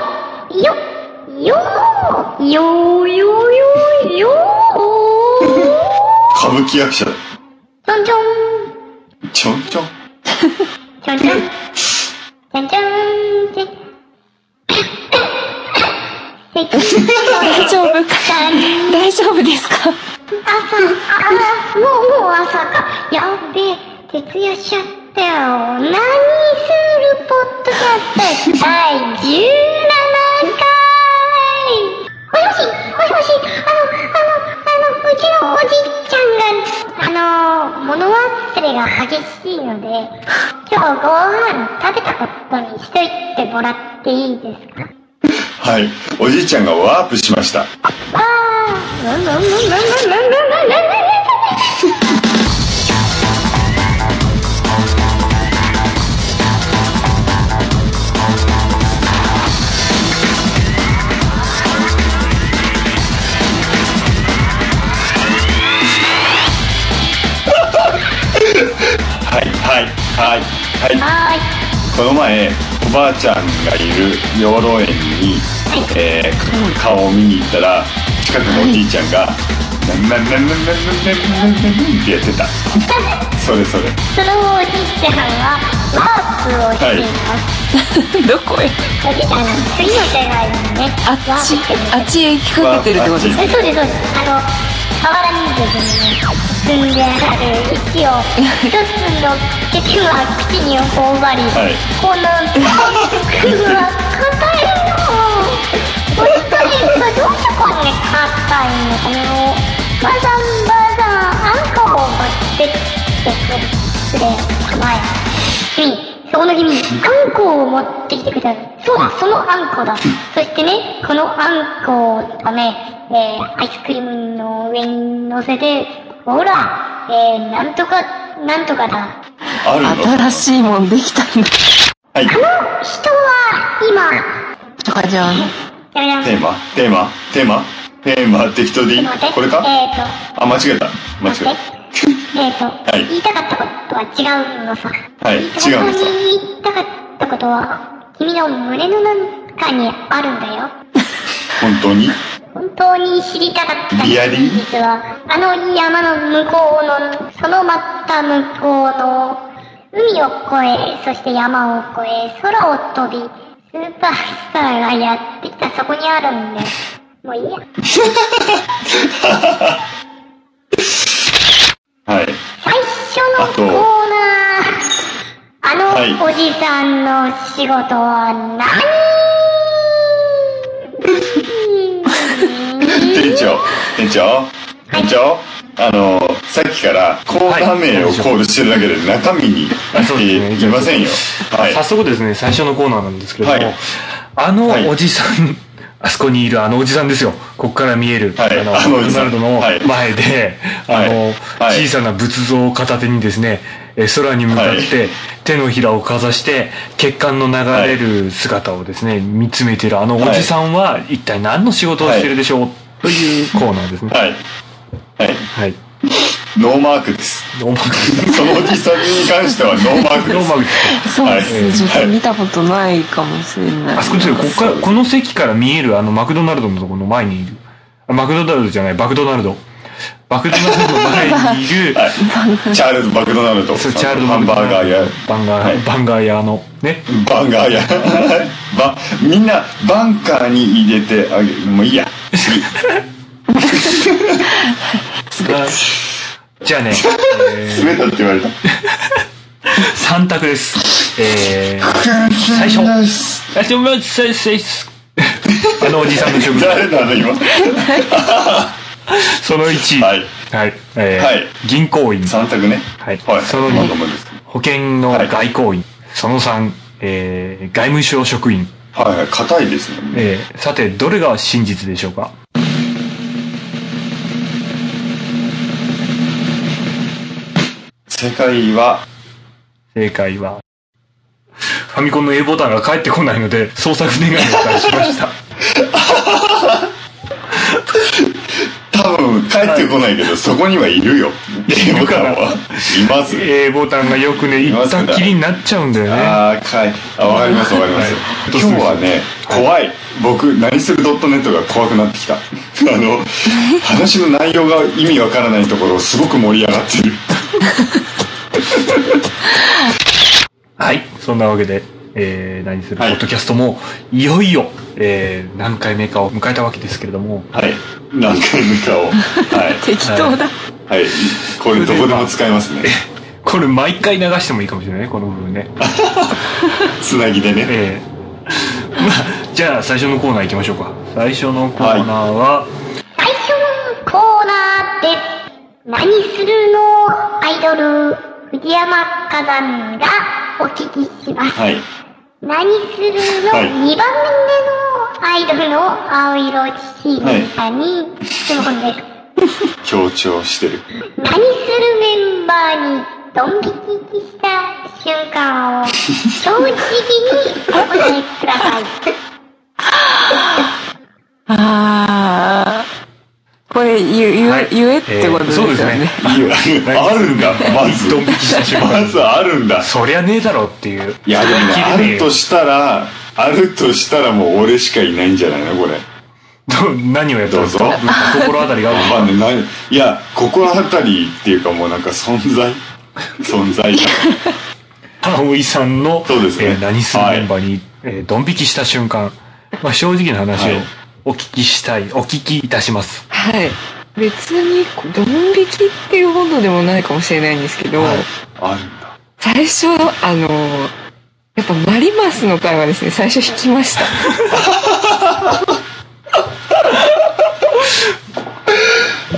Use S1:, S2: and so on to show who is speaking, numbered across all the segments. S1: よよよよよよ
S2: 歌舞伎役者
S1: ちょんちょん
S2: ちょんちょん
S1: ちょんちょんちょんちょん ち
S3: 大丈
S1: ょん
S3: 夫大丈夫ですか
S1: 朝あもうもう朝かやべえ徹夜しちゃったよ何するポッドキャスト第17回もしもしもしもしあのあのあのうちのおじいちゃんがあの物忘れが激しいので今日ご飯食べたことにしといてもらっていいですか
S2: はいおじいちゃんがワープしました
S1: あーなんなんなんなんなんなんなんなんなんなん
S2: はいはいはいはい
S1: はーい
S2: この前おばあちゃんがいる養老園に、えー顔を見に行ったら近くのおじいちゃんが「なんなんなんなんなんなんなんなんなん」ってやってたそれそれ
S1: そのおじいちゃんはワープをしています、
S3: どこへ
S1: おじいちゃん次の世代なんでね
S3: あっ
S1: ワープ
S3: ち
S1: してるん
S3: あっちへ行きかけてるってことですか
S1: ですえそうですそうですあの変わらないといけない進んである息を一つのけては口に頬張り、
S2: はい
S1: この服は硬いのお二人はどうしてこんなに硬いのバザンバザンあんこを持ってきてくれ前君そこの君あんこを持ってきてくれたそうだそのあんこだそしてねこのあんこをね、えーアイスクリームの上に乗せてほら、えーなんとかなんとかだ
S2: あるの
S3: 新しいもんできたんだ
S2: はい
S1: 人は今
S3: とかじゃん
S1: やめな
S2: テーマテーマテーマテーマ適当でいい
S1: 待って
S2: これか
S1: えーと
S2: あ間違えた間違
S1: 待ってえーと、
S2: い
S1: 言いたかったことは違うのさ。
S2: はい
S1: 言いたか
S2: 違うのさ
S1: 言いたかったことは、君の胸の中にあるんだよ。
S2: えた本当に
S1: 本当に知りたかった
S2: リアリー
S1: 実は、あの山の向こうの、そのまた向こうの、海を越え、そして山を越え、空を飛び、スーパースターがやってきたそこにある んだよ。もういいや。
S2: はい
S1: 最初のコーナーあの、
S2: はい
S1: おじさんの仕事は 何
S2: 店長店長店長あのさっきからコーナー名をコールしてるだけで中身に
S4: あそうですね
S2: いきませんよはい
S4: 早速ですね、最初のコーナーなんですけれども、
S2: はい
S4: あ
S2: はい
S4: のおじさん、あそこにいるあのおじさんですよ。ここから見える、
S2: はい
S4: あの、
S2: あのおじさん
S4: ロナルドの
S2: はい
S4: 前で、
S2: はい
S4: あの、
S2: はい
S4: 小さな仏像を片手にですね、えー空に向かって、手のひらをかざして、血管の流れる姿をですね、見つめているあのおじさんは、一体何の仕事をしてるでしょう、というコーナーですね。
S2: はいはい
S4: はい。
S2: ノーマークです
S4: ノーマー
S2: そのおじさんに関してはノーマーク
S4: ク。
S2: で
S4: ノー
S2: す
S4: マークです。
S3: そうです
S2: は
S3: ね
S2: い
S3: ちょっと見たことないかもしれない
S4: あそこですよ、ここから、この席から見えるあのマクドナルドのところの前にいる。あマクドナルドじゃない、バクドナルド。バクドナルドの前にいる、
S2: チャールズ・バクドナルド
S4: そう、チャールド・
S2: ハンバーガーや
S4: バンガー、
S2: はい
S4: バンガー屋の、ね。
S2: バンガーや ばみんなバンカーに入れてあげるもういいや次
S4: あじゃあね、え
S2: 滑ったって言われた
S4: 3択です。えー、
S2: 最
S4: 初あちょませせすあのおじさんの職業、
S2: 誰なの今
S4: その1、
S2: は
S4: はいい、えー
S2: はい
S4: 銀行員、
S2: 三択ね
S4: はい
S2: はい
S4: その
S2: 何のもんですか
S4: 2、保険の外交員、その3、えー、外務省職員、
S2: はいはい硬いですね
S4: えーさてどれが真実でしょうか
S2: 世界は
S4: 正解はファミコンの A ボタンが返ってこないので捜索願いを出しま した
S2: 多分帰ってこないけど、そこにはいるよ A ボタンはいます、
S4: A ボタンがよくね行ったっきりになっちゃうんだよね
S2: ああかいあわかりますわかります、
S4: はい
S2: 今日はね怖い僕何するドットネットが怖くな ってきたあの話の内容が意味わからないところすごく盛り上がってる
S4: はいそんなわけで、えー何するポ
S2: はい
S4: ッドキャストも、い、よいよ、えー何回目かを迎えたわけですけれども
S2: はい何回目かをは
S5: 適当だ。
S2: い、はい、これどこでも使えますね
S4: これ毎回流してもいいかもしれないねこの部分ね
S2: つなぎでね
S4: えーまあじゃあ最初のコーナー行きましょうか最初のコーナーは、
S1: 最初のコーナーで、何するのアイドル、藤山風見がお聞きします。
S2: はい
S1: 何するの、
S2: はい
S1: 2番目のアイドルの青色チームさんに質問です。
S2: 強調してる
S1: 何するメンバーにドン引きした瞬間を正直にお答えください。
S5: ああ。これ言う、言う、
S4: はい
S5: 言えってことですよ
S4: えーそうですね
S5: ね。
S2: いいよあるんだまず
S4: ドン引きした瞬間
S2: まずあるんだ
S4: そりゃねえだろっていう
S2: いやでもね
S4: 切
S2: あ
S4: れねえ
S2: る
S4: よ
S2: としたらあるとしたらもう俺しかいないんじゃないのこれ
S4: ど何をやったんですか
S2: どうぞ
S4: 心当たり が
S2: わかんないないいや心当たりっていうかもうなんか存在存在
S4: 葵さんの
S2: そうですね
S4: えー何するメンバーに、えードン引きした瞬間、まあ、正直な話を
S2: はい
S4: お聞きしたい、お聞きいたします
S5: はい。別に、ドン引きっていうほどでもないかもしれないんですけど、
S4: はい
S2: あるんだ
S5: 最初、あの、やっぱマリマスの会はですね、最初引きました。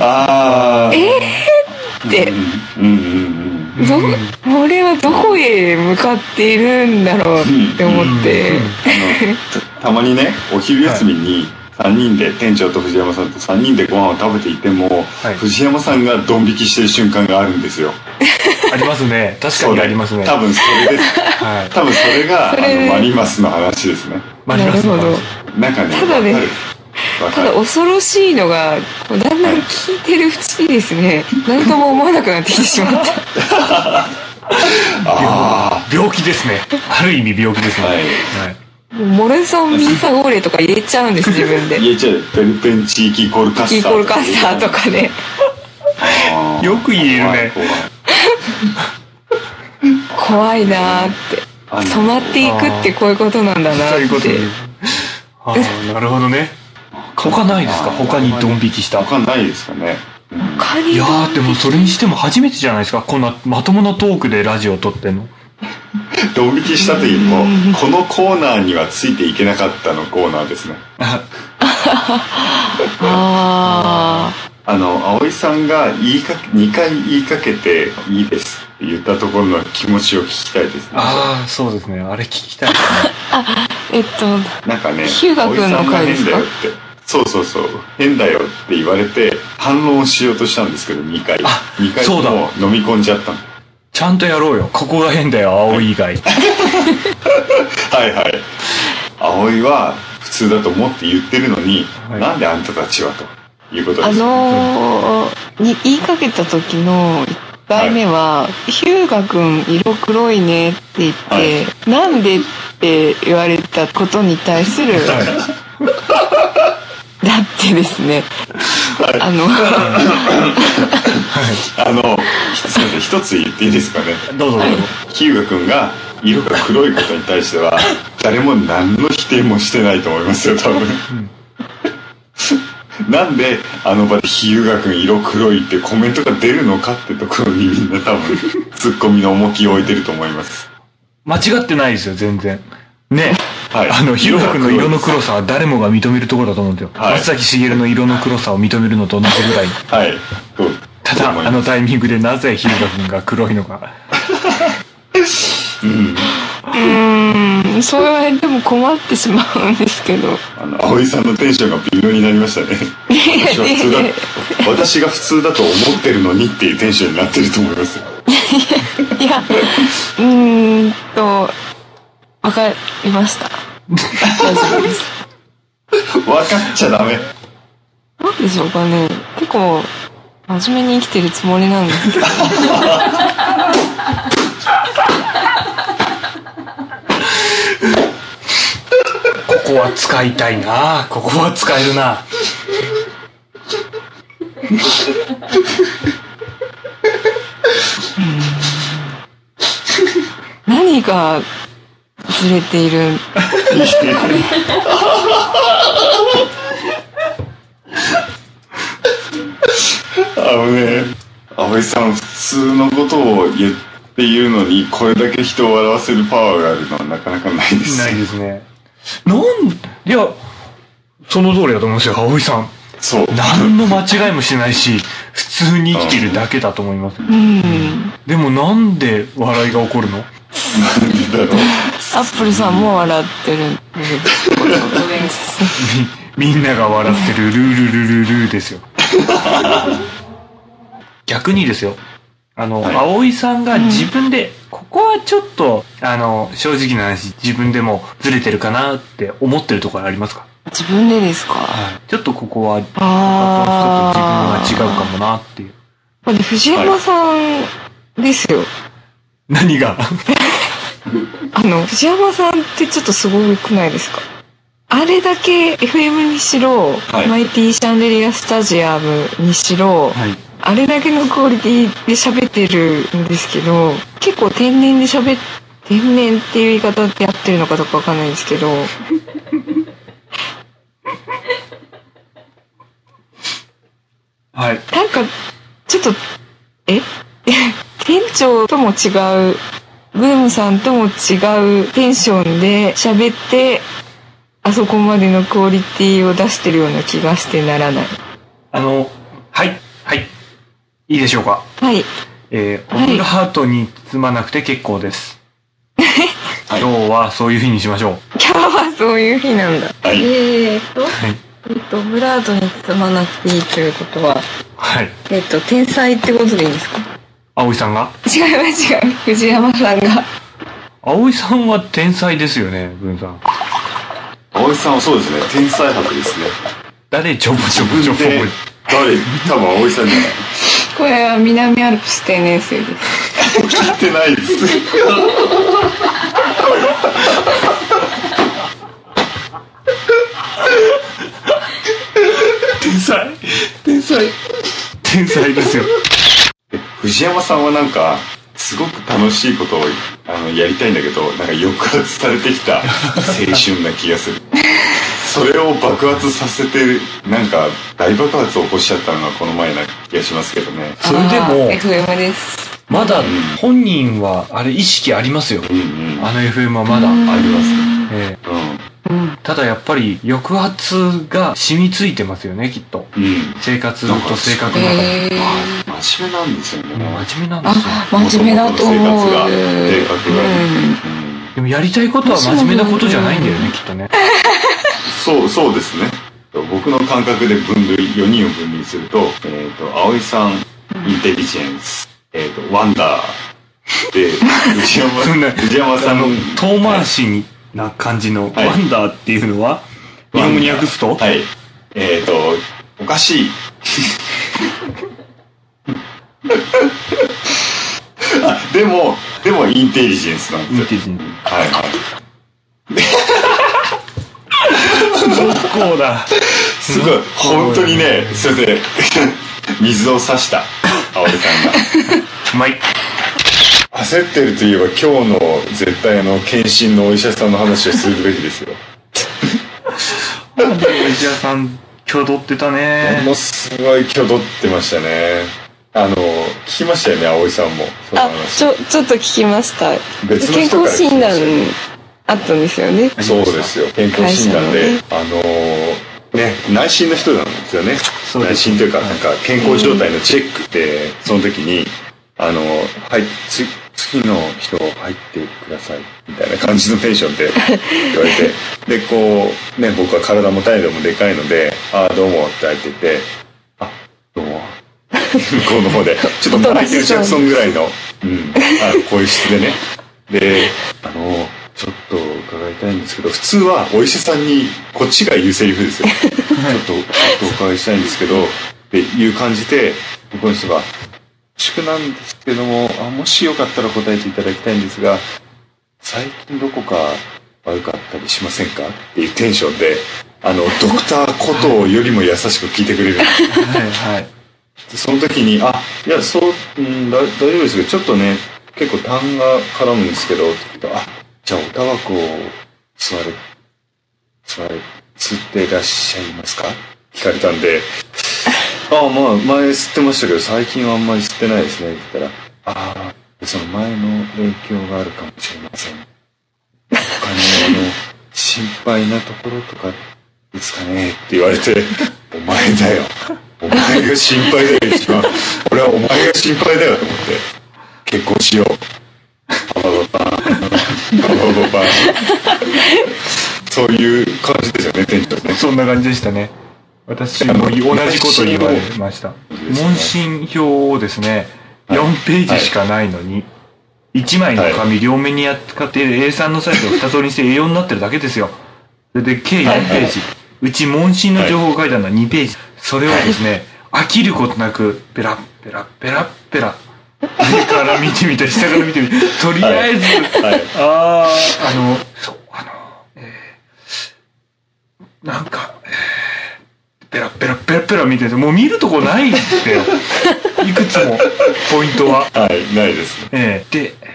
S2: ああえ
S5: で、
S2: うんうんうん
S5: ど、俺はどこへ向かっているんだろうって思って、
S2: あのたたまにねお昼休みに3人で店長と藤山さんと3人でご飯を食べていても、
S4: い
S2: 藤山さんがドン引きしてる瞬間があるんですよ
S4: ありますね確かにありますね
S2: 多分それです
S4: はい
S2: 多分それが
S5: それ
S2: あのマリマスの話ですね
S4: マリ
S5: な
S4: ナ
S5: る
S4: ス
S5: ほ
S4: の話
S5: ど。
S2: なんかね
S5: ただね
S2: わかるわ
S5: た
S2: か
S5: だ
S2: る
S5: 恐ろしいのが、こうだんだん聞いてるうちにですね、何とも思わなくなってきてしまった。
S2: あ
S4: 病気ですねある意味病気ですね
S2: はい
S4: はい
S5: もうモレソン・ミンサゴーレとか言えちゃうんです、自分
S2: あ
S5: で。
S2: 言えちゃうペンペン地域コルカ
S5: キ
S2: ス
S5: ー
S2: ター
S5: コルカスターとかね。
S2: あー
S4: よく言えるね
S2: 怖い怖い
S5: 怖いなーって。
S2: あの
S5: 染まっていくってこういうことなんだな
S4: そういう
S5: ー
S4: こ
S5: っ
S4: とで
S5: て。
S4: ああなるほどね他ないですか他にドン引きした
S2: 他ないですかね
S5: 他
S4: い
S5: に
S4: やーでもそれにしても初めてじゃないですかこんなまともなトークでラジオ撮ってんの
S2: ドン引きしたというのもこのコーナーにはついていけなかったのコーナーですね
S5: あ
S2: あの葵さんが言いかけ2回言いかけて「いいです」って言ったところの気持ちを聞きたいですね
S4: ああそうですねあれ聞きたいですね
S5: ーえっと、
S2: なんかね
S5: ヒューガ君の回です
S2: 葵さんが変だ
S5: か
S2: よってそうそうそう変だよって言われて反論をしようとしたんですけど2回
S4: あ
S2: 2回
S4: そうだ
S2: もう飲み込んじゃったの
S4: ちゃんとやろうよここが変だよ葵以外
S2: はいはい葵は普通だと思って言ってるのに、
S4: はい
S2: なんであんたたちはということ
S5: あ
S2: です
S5: のー、に言いかけた時の1回目は、ヒューガ君色黒いねって言って、
S2: は
S5: なんでって言われたことに対する、だってですね、あの、
S2: あのすいません一つ言っていいですかね
S4: どうぞどうぞ
S2: 日向君が色が黒いことに対しては誰も何の否定もしてないと思いますよ多分、なんであの場で日向君色黒いってコメントが出るのかってところにみんな多分ツッコミの重きを置いてると思います
S4: 間違ってないですよ全然ね
S2: はい
S4: あのヒロ君の色の黒さは誰もが認めるところだと思うんですよ、
S2: はい
S4: 松崎しげるの色の黒さを認めるのと同じぐらい
S2: はいそう
S4: た
S2: そう
S4: だ
S2: 思い
S4: あ
S2: ま
S4: の
S2: す
S4: タイミングでなぜヒロ君が黒いのか
S5: うん、それはでも困ってしまうんですけど、
S2: あの葵さんのテンションが微妙になりましたね私は普通だ 私が普通だと思ってるのにっていうテンションになってると思います
S5: いや、うーんと、わかりました。大丈夫です。
S2: 分かっちゃダメ
S5: なんでしょうかね。結構、真面目に生きてるつもりなんですけど。
S4: ここは使いたいなここは使えるな
S5: 何がずれているん
S2: あのね、葵さん、普通のことを言っているのに、これだけ人を笑わせるパワーがあるのはなかなかないです。
S4: ないですねなんいやその通りだと思うんですよ葵さん
S2: そう。
S4: 何の間違いもしないし普通に生きてるだけだと思います
S5: うん
S4: でもなんで笑いが起こるの
S2: なんだろう。
S5: アップルさんも笑ってるんです
S4: みみんなが笑ってるルールルルルーですよ逆にですよあの、
S2: はい
S4: 葵さんが自分で、ここはちょっとあの正直な話自分でもずれてるかなって思ってるところありますか、
S5: 自分でですか
S4: ちょっとここは
S5: あー
S4: 自分は違うかもなっていう
S5: これ藤山さんですよ
S4: 何が
S5: あの藤山さんってちょっとすごくないですかあれだけ FM にしろ、
S2: はい
S5: マイティシャンデリアスタジアムにしろ、
S4: はい
S5: あれだけのクオリティで喋ってるんですけど結構天然で喋っ天然っていう言い方って合ってるのかどうかわかんないんですけど
S4: はい
S5: なんか、ちょっと、え 店長とも違う、ブームさんとも違うテンションで喋って、あそこまでのクオリティを出してるような気がしてならない。
S4: あのはいはいいいでしょうか
S5: はい。
S4: えー
S5: はい
S4: オブラートに包まなくて結構です、
S2: はい
S4: 今日はそういう日にしましょう
S5: 今日はそういう日なんだ。
S2: はい
S5: えーっと、
S4: はい
S5: えっと、ブラートに包まなくていいということは、
S4: はい
S5: えっと、天才ってことでいいんですか
S4: 葵さんが
S5: 違います違う。藤山さんが。
S4: 葵さんは天才ですよね文さん
S2: 葵さんはそうですね、天才派ですね。
S4: 誰ちょぼ ちょぼち
S2: 自
S4: ょ
S2: 分
S4: ぼ
S2: で、誰、多分葵さんじゃない。
S5: これは南アルプス定年生です。
S2: 聞いてないです。
S4: 天才天才天才ですよ
S2: 藤山さんはなんか、すごく楽しいことをあのやりたいんだけど、なんか抑圧されてきた青春な気が する。それを爆発させて、なんか大爆発を起こしちゃったのがこの前な気がしますけどね。
S4: それでも
S5: あー FM です。
S4: まだ本人はあれ意識ありますよ
S2: うんうん。あ
S4: あの FM はまだ、
S2: りますね。
S4: え
S2: う
S5: うん。
S4: ーただやっぱり抑圧が染みついてますよねきっと
S2: ん。うん。
S4: 生活と性格の中に
S5: えー
S2: ま真面目なんですよね。
S4: もう真面目なんですよ
S5: あ、真面目だと思う。
S2: 元々の生活が、性格が。うん
S4: でもやりたいことは真面目なことじゃないんだよねきっとね
S2: そう、そうですね。僕の感覚で分類、4人を分類すると、えっ、と、葵さん、インテリジェンス、えっ、と、ワンダー、 で、藤山
S4: そんな
S2: 藤山さんの、
S4: 遠回しにな感じの、
S2: はい
S4: ワンダーっていうのは日
S2: ワンダー
S4: 本語に訳すと、
S2: はい。えっ、と、おかしい。 あでも、でもインテリジェンスなんです
S4: イ
S2: よ
S4: ン。テリジェンス
S2: はいはい。
S4: こうだ
S2: すごい、本当にね、すいません。水を差した、葵さんが。
S4: うまい
S2: 焦ってるといえば今日の絶対あの検診のお医者さんの話をするべきですよ
S4: 内田さん今日取ってた
S2: も
S4: ね
S2: のすごい挙動ってましたねあの聞きましたよね葵さんもその
S5: あ、
S2: 話
S5: ちょ、ちょっと聞きました。
S2: 別の
S5: 健
S2: 人から
S5: 康
S2: 聞き
S5: 診
S2: ま
S5: 断
S2: したよ
S5: あったんですよね。
S2: そうですよ健康診断で、あのね内診の人なんですよね
S4: うで
S2: 内
S4: す
S2: 診というかなんか健康状態のチェックでその時にあのはいつ次の人入ってくださいみたいな感じのテンションで言われてでこうね僕は体も態度もでかいので「ああどうも」って入ってて「あどうも」向こうの方でちょっとマイケル・ジャクソンぐらいの,、うん、あの声質でねであのちょっと伺いたいんですけど普通はお医者さんにこっちが言うセリフですよちょっとちょっとお伺いしたいんですけどっていう感じで向こうの人が「宿なんですけどもあもしよかったら答えていただきたいんですが最近どこか悪かったりしませんかっていうテンションで、あの、ドクターことよりも優しく聞いてくれる。
S4: はいはい
S2: その時に、あ、いや、そう、うん、だ大丈夫ですけど、ちょっとね、結構痰が絡むんですけど、って言うとあ、じゃあおタバコを吸われ、吸われ、吸ってらっしゃいますか聞かれたんで、あ、まあ、前吸ってましたけど、最近はあんまり吸ってないですね、って言ったら、ああ、その前の影響があるかもしれません。他の、あの、心配なところとかですかねって言われて、お前だよ。お前が心配だよ、一番。俺はお前が心配だよと思って。結婚しよう。パパパパン。パパパパン。そういう感じですよね、店長ね。
S4: そんな感じでしたね。私も同じこと言われました。問診票をですね、
S2: はい
S4: 4ページしかないのに、1枚の紙両面にやっ使って A3 のサイズを2通りにして A4 になってるだけですよ。それで計4ページ。うち問診の情報が書いてあるのは2ページ。それをですね、飽きることなく、ペラッペラッペラッペラッ。上から見てみたり、下から見てみたり、とりあえず、
S2: はい。
S4: ああ、あの、そう、あの、えー、なんか、えー、ペラペラペラペラ見てて、もう見るとこないんだよ。いくつも、ポイントは。
S2: はい、ないですね。
S4: ええで、えー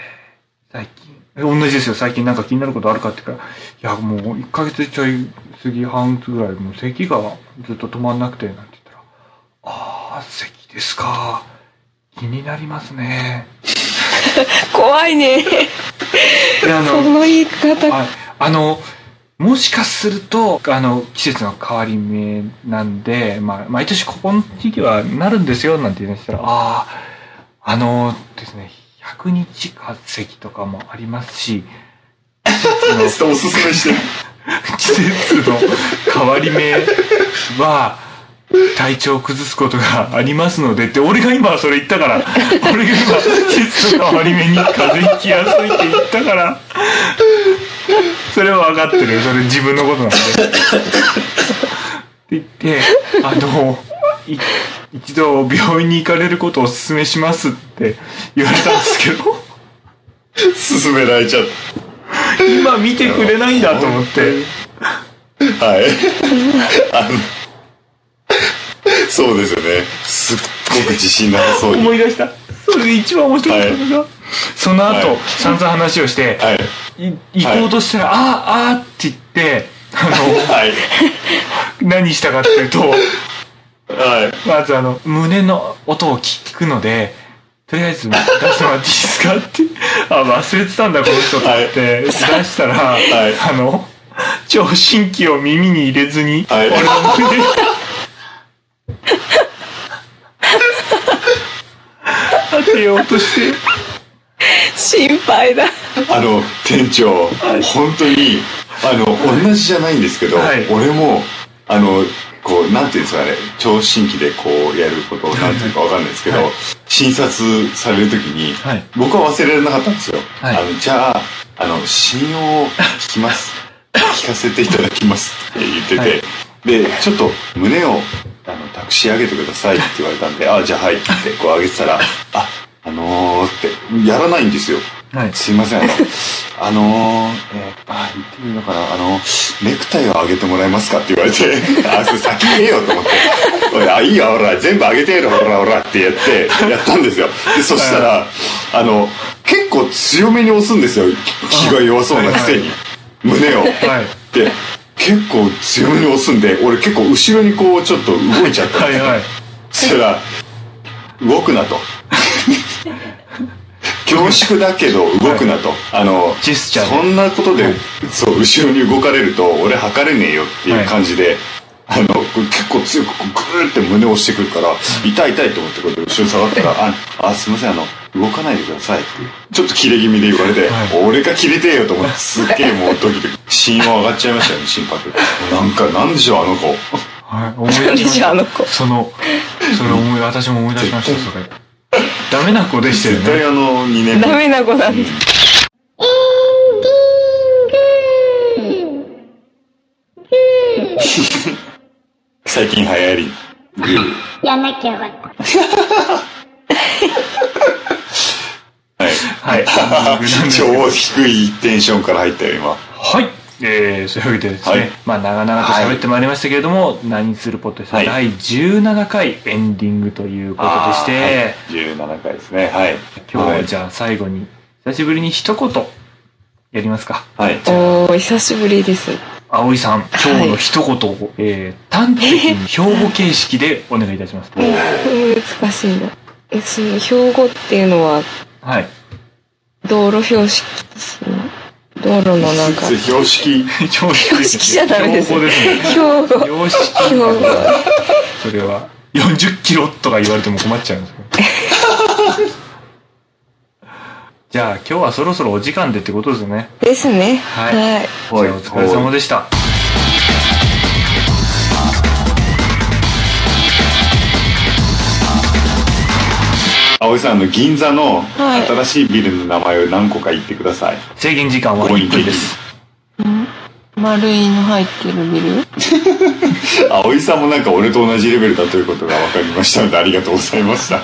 S4: 最近、え同じですよ、最近なんか気になることあるかって言うから、いや、もう1ヶ月ちょい過ぎ半月ぐらい、もう咳がずっと止まんなくて、なんて言ったら、ああ、咳ですか。気になりますね。
S5: 怖いね。
S4: で、あ
S5: そ
S4: の、
S5: の言い方。
S4: はい、あのもしかするとあの季節の変わり目なんで、まあ、毎年ここの時期はなるんですよなんて言いましたらあああのですね100日化石とかもありますし
S2: おすすめしてる。
S4: 季節の変わり目は体調を崩すことがありますのでって俺が今それ言ったから俺が今季節の変わり目に風邪ひきやすいって言ったからそれは分かってるそれ自分のことなんでって言ってあのい一度病院に行かれることをお勧めしますって言われたんですけど
S2: 勧められちゃっ
S4: 今見てくれないんだと思って
S2: た。はい。あの、そうですよね。すっごく自信なさそうに。
S4: 思い出したそれで一番面白かったのが、その後、
S2: はい
S4: 散々話をして、
S2: はい。
S4: い行こうとしたら「あーあー」って言ってあ
S2: はい。
S4: の何したかっていうと
S2: はい。
S4: まずあの胸の音を聞くのでとりあえず出してもらっていいですかってあ忘れてたんだこの人と思って、出したら、
S2: い
S4: あの聴診器を耳に入れずに、
S2: はい
S4: 俺の 胸に当てようとして。
S5: 心配だ。
S2: あの、店長、本当に、あの、同じじゃないんですけど、
S4: はい
S2: 俺も、あの、こう、なんていうんですかね、聴診器でこうやることをなんていうかわかんないですけど、
S4: はい
S2: 診察されるときに、
S4: はい
S2: 僕は忘れられなかったんですよ。
S4: はい
S2: あのじゃあ、あの、信用を聞き ます。聞かせていただきますって言ってて、
S4: はい
S2: で、ちょっと胸を、あの、タクシー上げてくださいって言われたんで、あ、じゃあはいってこう上げてたら、あ、あのーって、やらないんですよ。
S4: はい
S2: すいません、あの、あのー、えーあ、言っていいのかな、あの、ネクタイをあげてもらえますかって言 われて、あ、それ先言えよと思って、おいあ、いいよ、ほら、全部あげてよ、ほら、ほらってやって、やったんですよ。で、そしたら、あの、結構強めに押すんですよ、気が弱そうなくせに、胸を。
S4: はい
S2: で、結構強めに押すんで、俺結構後ろにこう、ちょっと動いちゃったん
S4: は
S2: です
S4: い
S2: よ。
S4: はい
S2: そしたら、動く なと。恐縮だけど動くなと。あの、
S4: ジェスチャーで
S2: そんなことで、そう、後ろに動かれると、俺測れねえよっていう感じで、あの、こう結構強くこうグーって胸を押してくるから、痛い痛いと思って、こうやって後ろに下がったら、あ、あすいません、あの、動かないでくださいって、ちょっと切れ気味で言われて、
S4: は
S2: 俺が切れてえよと思 って、すっげえもうドキドキ、 心音上がっちゃいましたよね、心拍。なんか、なんでしょう、あの子。
S4: はい、思い出しま
S5: 何
S4: し
S5: じゃ
S4: た
S5: あの子。
S4: そのそれ思い私も思い出しましたそれダメな子でしたよ
S2: 絶対
S4: ね
S2: あの、2年
S5: ダメな子なんだ。
S1: エ ンディング
S2: 最近流行り。
S1: やんなきゃよかった。
S2: はい。
S4: はい
S2: 超低いテンションから入ったよ、今。
S4: はい。えー、そういうわけでです
S2: は
S4: ね、
S2: い
S4: まあ長々と喋ってまいりましたけれども、何するポッドキャスト
S2: はい
S4: 第17回エンディングということでして、
S2: 17回ですねはい
S4: 今日
S2: は
S4: はいじゃあ最後に、久しぶりに一言、やりますか。
S2: はい
S5: おー、久しぶりです。
S4: 葵さん、今日の一言を、えー、端的に標語形式でお願いいたします。
S5: 難しいな。え、その、標語っていうのは、
S4: はい。
S5: 道路標識ですね。道路のなんか、
S2: 標識
S4: 標
S5: 標識じゃダメです
S4: 標語ですね。
S5: 標語。
S4: 標識。
S5: 標語。
S4: それは、40キロとか言われても困っちゃうんですよ。じゃあ今日はそろそろお時間でってことですね。
S5: ですね。
S4: はい
S5: はい
S4: じゃあお疲れ様でした。
S2: 葵さんあの銀座の
S5: はい
S2: 新しいビルの名前を何個か言ってください、
S4: 制限時間は1分です。
S5: 丸いの入ってるビル
S2: 葵さんもなんか俺と同じレベルだということが分かりましたのでありがとうございました